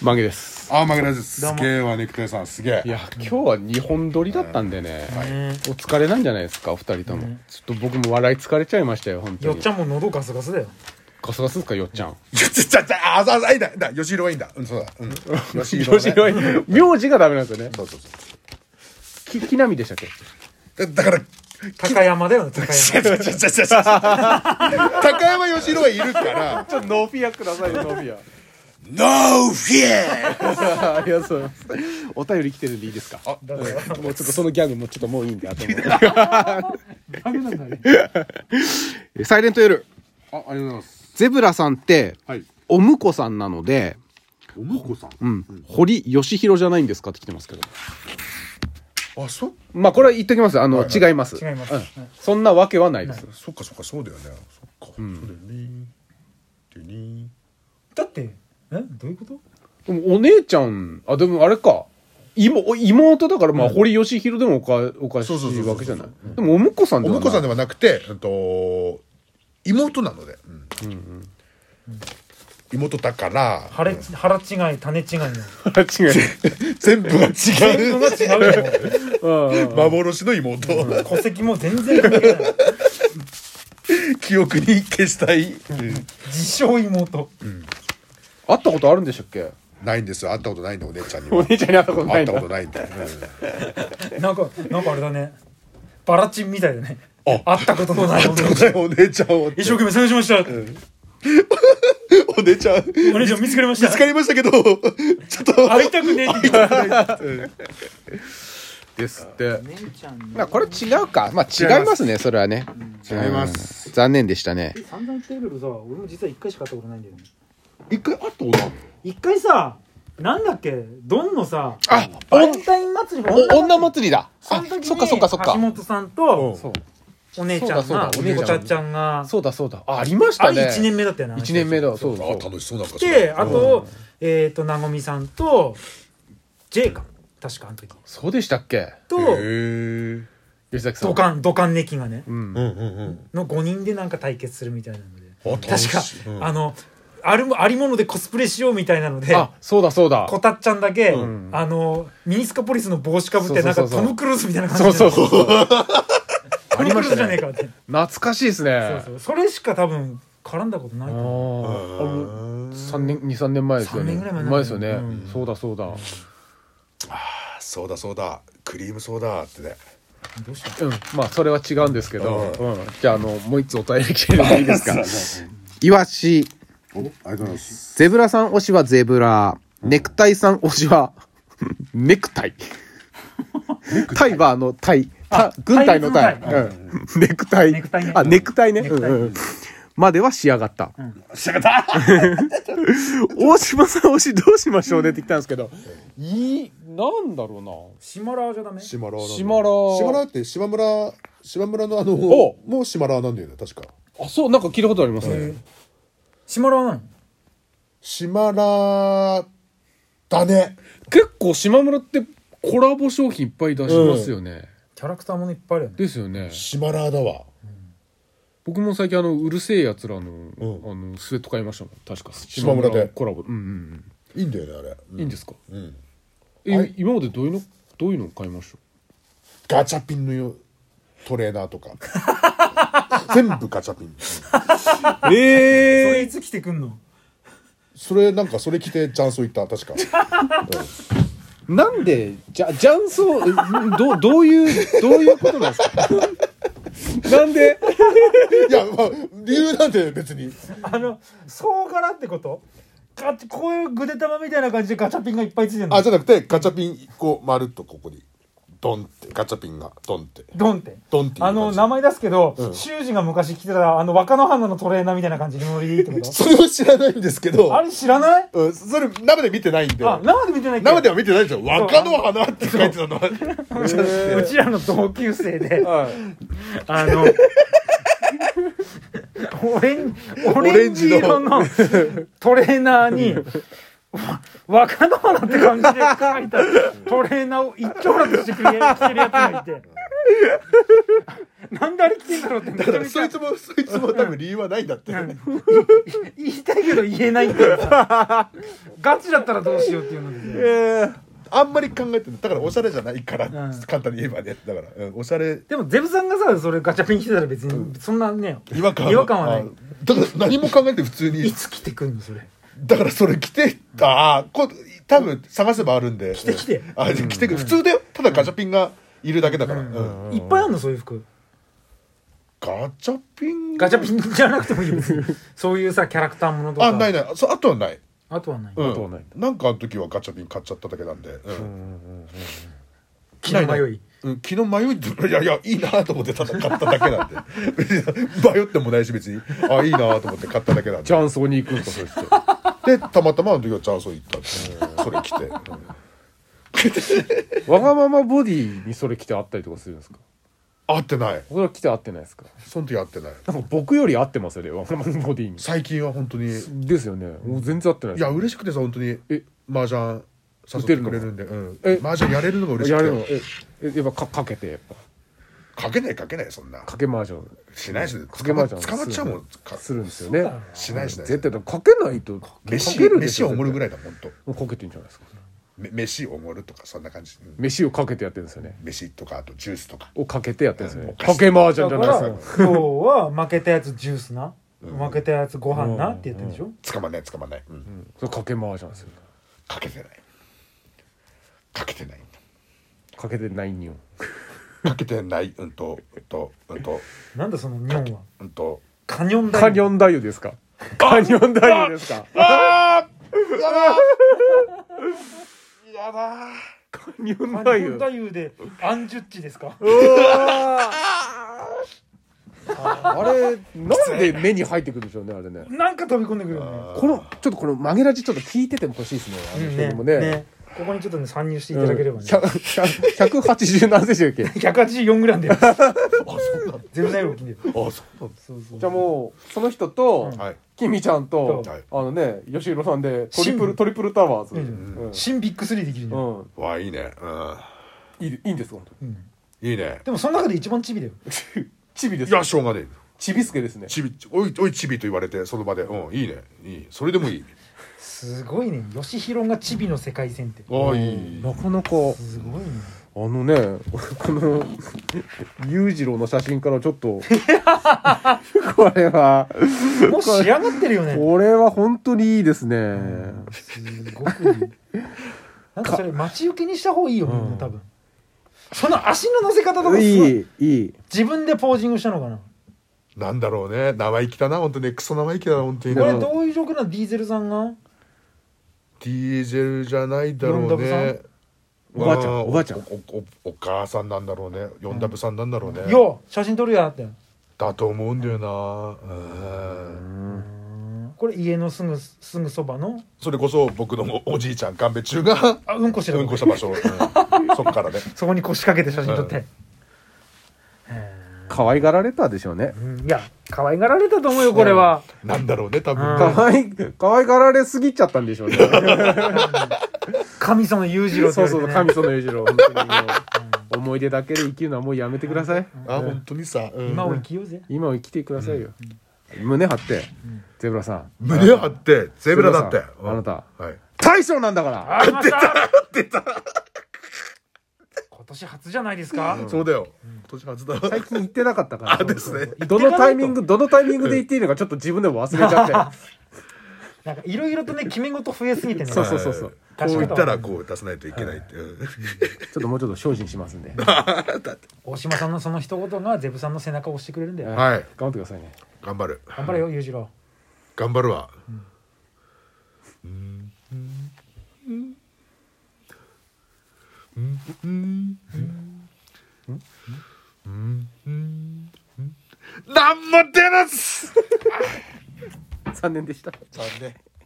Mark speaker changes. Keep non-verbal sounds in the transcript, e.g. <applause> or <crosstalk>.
Speaker 1: 曲げです
Speaker 2: あマグラジです
Speaker 3: どう
Speaker 2: す
Speaker 3: も
Speaker 2: げえわネクタイさんすげ
Speaker 1: い
Speaker 2: え
Speaker 1: や今日は2本撮りだったんでね、
Speaker 3: ね
Speaker 1: お疲れなんじゃないですかお二人とも、ちょっと僕も笑い疲れちゃいましたよ本当
Speaker 3: よっ
Speaker 1: に
Speaker 3: ちゃんも喉ガスガスだよ
Speaker 1: ガスガスですかよっちゃん
Speaker 2: ちょちょちょあざあざいいんだいいんだ吉色はいいんだうんそうだうん吉色はね
Speaker 1: 吉野家名字がダメなんですよね
Speaker 2: そうそうそ
Speaker 1: き木並でしたっけ
Speaker 2: うだだから
Speaker 3: 高山だよ <laughs> ね高
Speaker 2: ちょ
Speaker 3: 山
Speaker 2: ちょちょちょちょちょ高山義郎はいるから
Speaker 1: ちょっとノーフィアくださいよノーフィア
Speaker 2: No fear
Speaker 1: <laughs> ありがとうございますお便り来てるんでいいですか <laughs> も
Speaker 3: だから
Speaker 1: うちょっとそのギャグもちょっともういいんだと思って
Speaker 3: ダメなんだね
Speaker 1: <laughs> えサイレントエル
Speaker 2: あありがとうございます
Speaker 1: ゼブラさんって
Speaker 2: はい
Speaker 1: おむこさんなので、
Speaker 2: おむこさん、
Speaker 1: うん、堀義弘じゃないんですかって来てますけど
Speaker 2: あそ
Speaker 1: まあこれは言っときますあの、違います
Speaker 3: 違います
Speaker 1: うんそんなわけはないです
Speaker 2: そっかそっかそうだよねそっか、そうだよねでね
Speaker 3: だってんどういうこと
Speaker 1: でもお姉ちゃんあでもあれか妹妹だからまあ堀義弘でもおかおかし
Speaker 2: そうそうそう
Speaker 1: い
Speaker 2: そう
Speaker 1: わけじゃないでもおむこさん
Speaker 2: お
Speaker 1: では
Speaker 2: むこさんで
Speaker 1: <laughs> ない
Speaker 2: はなくて、えっと、妹なので、うん妹だから
Speaker 3: 腹腹違い種違いの
Speaker 1: 違う
Speaker 2: 全部が違
Speaker 3: 全部
Speaker 2: う
Speaker 3: が違うよ <laughs>
Speaker 2: 幻の妹、
Speaker 3: 戸籍も全然関係ない
Speaker 2: 記憶に消したい、
Speaker 3: 自称妹
Speaker 1: 会ったことあるんでしたっけ
Speaker 2: ないんですよ会ったことないんでお姉ちゃんに
Speaker 1: お
Speaker 2: は
Speaker 1: 姉ちゃんに会ったことな
Speaker 2: 会っ
Speaker 1: いん
Speaker 2: た
Speaker 1: だ
Speaker 2: ことないんで、うん
Speaker 3: なんかなんかあれだねバラチンみたいだね会ったことのない女
Speaker 2: 会ったことないお姉ちゃんを
Speaker 3: 一生懸命探しました
Speaker 2: お姉ちゃん
Speaker 3: お姉ちゃん見つかりまし
Speaker 2: 見つか
Speaker 3: た
Speaker 2: りましたけどちょっと
Speaker 3: 会いたくねえって言った
Speaker 1: ですって
Speaker 4: 姉ちゃん
Speaker 1: まあこれ違うかまあ違いますねそれはね
Speaker 2: 違います
Speaker 1: うん残念でしたね
Speaker 3: 散々言ってるけどさ俺も実は一回しか会ったことないんだよね
Speaker 2: 一回会ったことある
Speaker 3: 一回さなんだっけドンのさ
Speaker 1: あ
Speaker 3: バレンタイン祭りの
Speaker 1: お女祭り
Speaker 3: 祭り
Speaker 1: だ
Speaker 3: そ
Speaker 1: あ
Speaker 3: の時に
Speaker 1: そっかそっかそっ
Speaker 3: 橋
Speaker 1: か
Speaker 3: 本さんと
Speaker 1: そう
Speaker 3: お姉ちゃん
Speaker 1: そうだ
Speaker 3: が
Speaker 1: そうだお姉ちゃ
Speaker 3: 猫
Speaker 1: ん
Speaker 3: ちゃんちゃんが
Speaker 1: そうだそうだあありまし
Speaker 3: あ
Speaker 1: た
Speaker 3: れ
Speaker 1: ね
Speaker 3: 1年目だったよな
Speaker 1: 一年目だそうそ
Speaker 2: あ
Speaker 1: う
Speaker 2: 楽しそうなんかそれ
Speaker 3: であとえっとなごみさんと J か確かあの時
Speaker 1: そうでしたっけ
Speaker 3: と
Speaker 2: へえ
Speaker 1: 吉崎さん
Speaker 3: ドカンドカンネキがね
Speaker 1: うん
Speaker 2: うんうんうん
Speaker 3: の5人でなんか対決するみたいなので
Speaker 2: あ楽
Speaker 3: 確か
Speaker 2: しいうん
Speaker 3: あのあるありものでコスプレしようみたいなので
Speaker 1: あそうだそうだ
Speaker 3: こたっちゃんだけ、
Speaker 1: うん
Speaker 3: あのミニスカポリスの帽子かぶって
Speaker 1: そ
Speaker 3: な
Speaker 1: うんそうそう
Speaker 3: か
Speaker 1: そう
Speaker 3: トム・クルーズみたいな感じ
Speaker 1: そう
Speaker 3: で
Speaker 1: そうそうそう
Speaker 3: ト
Speaker 1: あ
Speaker 3: ム・
Speaker 1: り
Speaker 3: ク
Speaker 1: ま
Speaker 3: ルー
Speaker 1: し
Speaker 3: ズじ
Speaker 1: た
Speaker 3: ゃねえ
Speaker 1: ね
Speaker 3: かって、
Speaker 1: 懐かしいですね
Speaker 3: そうそうそれしか多分絡んだことない
Speaker 1: あ
Speaker 3: と
Speaker 1: ーあ
Speaker 3: 思う
Speaker 1: もう三年二三年前ですよね
Speaker 3: 三年ぐらい前
Speaker 1: 前ですよね
Speaker 3: う
Speaker 1: そうだそうだ
Speaker 2: そうだそうだクリームソーダってね
Speaker 3: どうしよ
Speaker 1: うん、まあそれは違うんですけど、
Speaker 2: う
Speaker 1: うんじゃああのもう一つお便り来てるんでいいです
Speaker 3: <laughs>
Speaker 1: かイワシ
Speaker 2: おありがとうございます
Speaker 1: ゼブラさん推しはゼブラネクタイさん推しは <laughs> ネクタイタイバーのタイた軍隊のタイ
Speaker 3: タイ
Speaker 1: うんネクタイ
Speaker 3: ネクタイね
Speaker 1: あネクタイね
Speaker 3: ネクタイ
Speaker 1: うんうんまでは仕上がった、
Speaker 2: 仕方
Speaker 1: <laughs> 大島さん推しどうしましょうねって来たんですけどいいなんだろうな
Speaker 3: うシマラーじゃダメ
Speaker 2: 島ラーなんだよ
Speaker 1: 島ラー
Speaker 2: 島ラーって島村島村のあの
Speaker 1: お
Speaker 2: もう島ラーなんだよね確か
Speaker 1: あそうなんか聞いたことありますね
Speaker 3: シマラーなの
Speaker 2: 島ラーだね
Speaker 1: 結構島村ってコラボ商品いっぱい出しますよね、
Speaker 3: キャラクターもねいっぱいあるよね
Speaker 1: ですよね
Speaker 2: 島ラーだわ
Speaker 1: 僕も最近あのうるせえやつらの,、
Speaker 2: ん
Speaker 1: あのスウェット買いましたもん確か
Speaker 2: 島村で
Speaker 1: コラボうんうん
Speaker 2: いいんだよねあれ
Speaker 1: うんいいんですか、
Speaker 2: ん
Speaker 1: え今までどういうのどういうの買いましょ
Speaker 2: ガチャピンのよトレーナーとか <laughs> 全部ガチャピンうん
Speaker 1: う
Speaker 3: そ
Speaker 1: え
Speaker 3: れいつ来てくんの
Speaker 2: それなんかそれ着てジャンソ行った確
Speaker 3: <laughs>
Speaker 2: か
Speaker 1: なんでじゃジャンソー <laughs> どどういうどういうことなんですか <laughs> なんで
Speaker 2: いや、まあ、理由なんて別に
Speaker 3: あの総柄ってことガチこういうぐで玉みたいな感じでガチャピンがいっぱいついてるの
Speaker 2: あじゃなくてガチャピンこうまるっとここにドンってガチャピンがドンって
Speaker 3: ドンって
Speaker 2: ドンっていう
Speaker 3: あ
Speaker 2: 感じ
Speaker 3: の名前出すけど、
Speaker 2: うん
Speaker 3: 修二が昔着てたあの若野花のトレーナーみたいな感じのノリってこ
Speaker 2: <laughs>
Speaker 3: と
Speaker 2: それは知らないんですけど
Speaker 3: あれ知らない
Speaker 2: うん、それ生で見てないんで
Speaker 3: あ生で見てないっけ
Speaker 2: 生では見てないですよ若の花って書いてた
Speaker 3: <laughs>
Speaker 2: のは
Speaker 3: うちらの同級
Speaker 2: <laughs>
Speaker 3: 生で、あの、オレンオレンジ色のトレーナーに、わ若野花って感じで書いたトレーナーを一丁羅として着てるやつがいて、なんであれ着てんだろうってめ
Speaker 2: だ
Speaker 3: ち
Speaker 2: か
Speaker 3: ゃ
Speaker 2: ら
Speaker 3: めち
Speaker 2: そ
Speaker 3: ゃ
Speaker 2: いつもそいつも多分理由はないんだ
Speaker 3: <laughs>
Speaker 2: って、
Speaker 3: 言いたいけど言えないっていうさガチだったらどうしようっていうので、ね、
Speaker 2: あんまり考えてないだからおしゃれじゃないから、
Speaker 3: うん
Speaker 2: 簡単に言えばねだから、うんおしゃれ
Speaker 3: でもゼブさんがさそれガチャピン着てたら別にそんなね
Speaker 2: 違和感
Speaker 3: 違和感はない
Speaker 2: あだから何も考えて普通
Speaker 3: い
Speaker 2: に
Speaker 3: つ着てくんのそれ
Speaker 2: だからそれ着てああこ多分探せばあるんで着
Speaker 3: て着て
Speaker 2: あ着てく普通だよただガチャピンがいるだけだから、うん
Speaker 3: いっぱいあるのそういう服
Speaker 2: ガチャピン
Speaker 3: ガチャピンじゃなくてもいい
Speaker 1: <laughs>
Speaker 3: よ別にそういうさキャラクターものとか
Speaker 2: あないないそうあとはない
Speaker 3: あとはない、
Speaker 2: うん
Speaker 1: あとはない
Speaker 2: なんかあの時はガチャピン買っちゃっただけなんで、うん
Speaker 3: 気の迷い
Speaker 2: うん気の迷いっていやいやいいなと思ってただ買っただけなんで別に迷ってもないし別にあいいなと思って買っただけなん
Speaker 1: チ
Speaker 2: で
Speaker 1: ャンソーに行くんかそして
Speaker 2: でたまたまあの時はチャンスを行ったん
Speaker 1: <laughs>
Speaker 2: でそれ着て、うん
Speaker 1: わがままボディにそれ着てあったりとかするんですか
Speaker 2: 合ってない
Speaker 1: それは着て合ってないですか
Speaker 2: その時合ってない
Speaker 1: なんか僕より合ってますよねわがままボディに
Speaker 2: 最近は本当に
Speaker 1: ですよねもう全然合ってない
Speaker 2: い
Speaker 1: です
Speaker 2: や嬉しくてさ本当に
Speaker 1: え
Speaker 2: 麻雀誘ってくれるんで、うん
Speaker 1: え、
Speaker 2: 麻雀やれるのが嬉し
Speaker 1: や
Speaker 2: くて
Speaker 1: るのええやっぱかかけてやっぱ
Speaker 2: かけないかけないそんな
Speaker 1: かけマージョン
Speaker 2: しないしね
Speaker 1: か
Speaker 2: 捕
Speaker 1: け
Speaker 2: ま
Speaker 1: 麻
Speaker 2: 捕
Speaker 1: 雀
Speaker 2: まっちゃうもんか
Speaker 1: するんですよね
Speaker 2: しないしない
Speaker 1: 絶対だからかけないとか
Speaker 2: 飯
Speaker 1: けるでし
Speaker 2: 飯を
Speaker 1: ょ
Speaker 2: おごるぐ
Speaker 1: 絶
Speaker 2: らいだもんと
Speaker 1: 対もうかけてんじゃないですか
Speaker 2: め飯をおごるとかそんな感じ、うん
Speaker 1: 飯をかけてやってるんですよね
Speaker 2: 飯とかあとジュースとか
Speaker 1: をかけてやってるんですよね
Speaker 2: うん
Speaker 1: かけマージョ
Speaker 3: だ
Speaker 1: ンじ
Speaker 3: か
Speaker 1: ゃない
Speaker 3: ら
Speaker 1: で
Speaker 3: 今
Speaker 1: すか
Speaker 3: 日は負けたやつジュースな、負けたやつご飯なって言ってるでしょ、
Speaker 2: 捕まんない捕まんない、うん
Speaker 1: それかけマージョンですよね
Speaker 2: かけてないかけてないん
Speaker 1: かけてないにょ
Speaker 2: だかけてないうんとうんとうんと
Speaker 3: なんだその日本は
Speaker 2: うんと
Speaker 3: カニョンだよ
Speaker 1: カニョン太夫ですかカニョン太夫ですか
Speaker 2: あーやだーやだー
Speaker 1: カニョン
Speaker 3: カ
Speaker 1: 太
Speaker 3: ニョン
Speaker 1: 夫
Speaker 3: 太夫でアンジュッチですか
Speaker 1: あれなんで目に入ってくるんでしょうねあれね
Speaker 3: なんか飛び込んでくるよ
Speaker 1: このちょっとこの曲げラジちょっと聞いてても欲しいですねあの
Speaker 3: ねうん
Speaker 1: 人
Speaker 3: ね
Speaker 1: にもね
Speaker 3: ねここにちょっとね参入してい
Speaker 1: うん
Speaker 3: ただければね
Speaker 1: 100 100 180何センチだっけ
Speaker 3: 184グラ
Speaker 1: <laughs>
Speaker 3: ムで全然大きいんだよ
Speaker 2: あそうなんです
Speaker 3: そうそう
Speaker 1: じゃあもうその人と、
Speaker 2: はい
Speaker 1: キミちゃんと、
Speaker 2: はい
Speaker 1: あのね吉弘さんでトリプ
Speaker 3: シ
Speaker 1: ル
Speaker 3: ン
Speaker 1: トリプルタワーズ、
Speaker 3: う
Speaker 1: うんん
Speaker 3: 新ビッグ3できるじゃ
Speaker 1: う
Speaker 3: ん
Speaker 1: ん
Speaker 2: わあいいねうん
Speaker 1: いいいいんです本当に
Speaker 2: いいね
Speaker 3: でもその中で一番チビだよ
Speaker 1: <laughs> チビで
Speaker 2: い
Speaker 1: す
Speaker 2: やしょうがねえ
Speaker 1: チビスケですね
Speaker 2: ちびおいおいちびと言われてその場でうんいいねいいそれでもいい
Speaker 3: すごいねよしひろがチビの世界線って
Speaker 2: ああいい
Speaker 1: なかなか
Speaker 3: すごいね
Speaker 1: あのね <laughs> この裕次郎の写真からちょっとこれは
Speaker 3: もう仕上がってる
Speaker 1: <laughs>
Speaker 3: よね
Speaker 1: これは本当にいいですね、
Speaker 3: すごくいいなんかそれ待ち受けにした方がいいよみんな多分その足の乗せ方とかすごい
Speaker 1: いいいい
Speaker 3: 自分でポージングしたのかな
Speaker 2: なんだろうね生意気だな本当ねクソ生意気だな本当に
Speaker 3: これ
Speaker 2: ね
Speaker 3: どういう状況なのディーゼルさんが
Speaker 2: ディーゼルじゃないだろ
Speaker 3: ヨ
Speaker 2: う
Speaker 3: ンダブさ
Speaker 2: ね
Speaker 3: ん
Speaker 1: おばあちゃん
Speaker 2: う
Speaker 1: おばあちゃん
Speaker 2: おおお母さんなんだろうねヨンダブさんなんだろうね
Speaker 3: 「よう写真撮るや」って
Speaker 2: だと思うんだよなうん
Speaker 3: これ家のすぐすぐそばの
Speaker 2: それこそ僕のおおじいちゃん神戸中が
Speaker 3: あうんこしてる
Speaker 2: うんこした場所うんそっからね
Speaker 3: そこに腰掛けて写真撮って、
Speaker 2: う
Speaker 1: 可愛がられたでしょうね
Speaker 3: うんいや可愛がられたと思うよこれは、
Speaker 2: なんだろうね多
Speaker 3: うん
Speaker 2: 分ね
Speaker 1: 可愛い可愛がられすぎちゃったんでしょうね
Speaker 3: <laughs> 神様裕次郎って
Speaker 1: そ
Speaker 3: 言
Speaker 1: う
Speaker 3: われて
Speaker 1: そう
Speaker 3: ね
Speaker 1: 神園裕次郎本当にもう思い出だけで生きるのはもうやめてください
Speaker 2: あ本当にさうん
Speaker 3: 今を生きようぜ
Speaker 1: 今を生きてくださいよ、胸張って、ゼブラさん
Speaker 2: 胸張ってゼブラだって
Speaker 1: ゼブラさんあなた
Speaker 2: はい
Speaker 1: 大将なんだから
Speaker 3: あ出た出た今年初じゃないですか、
Speaker 2: そうだよ今年初だ
Speaker 1: 最近言ってなかったから
Speaker 2: あですね
Speaker 1: どのタイミングどのタイミングで言っていいのかちょっと自分でも忘れちゃっ
Speaker 2: <laughs>
Speaker 3: なんかいろいろと <laughs> ね決め事増えすぎてね
Speaker 1: てそうそうそうそう
Speaker 3: は
Speaker 1: こ
Speaker 3: いう
Speaker 2: こう
Speaker 1: ち
Speaker 2: 言
Speaker 1: ょ
Speaker 2: ったらこう出さないといけないっていう
Speaker 1: っともうちょっと精進しますんで
Speaker 3: 大島さんのその一言がゼブさんの背中を押してくれるんだよ
Speaker 1: は
Speaker 2: はい
Speaker 1: 頑張ってくださいね
Speaker 2: 頑張る
Speaker 3: 頑張れよ裕次郎
Speaker 2: 頑張るわなんも出ます
Speaker 1: 残念でした
Speaker 2: 残念